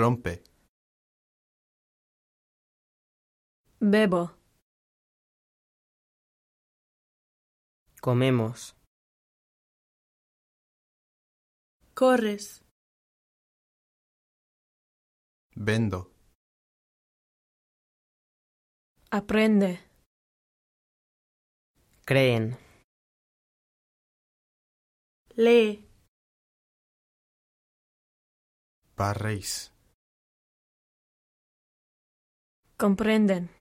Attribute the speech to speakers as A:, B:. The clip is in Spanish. A: rompe
B: Bebo.
C: Comemos.
B: Corres.
A: vendo
B: Aprende.
C: Creen.
B: Lee.
A: barréis
B: Comprenden.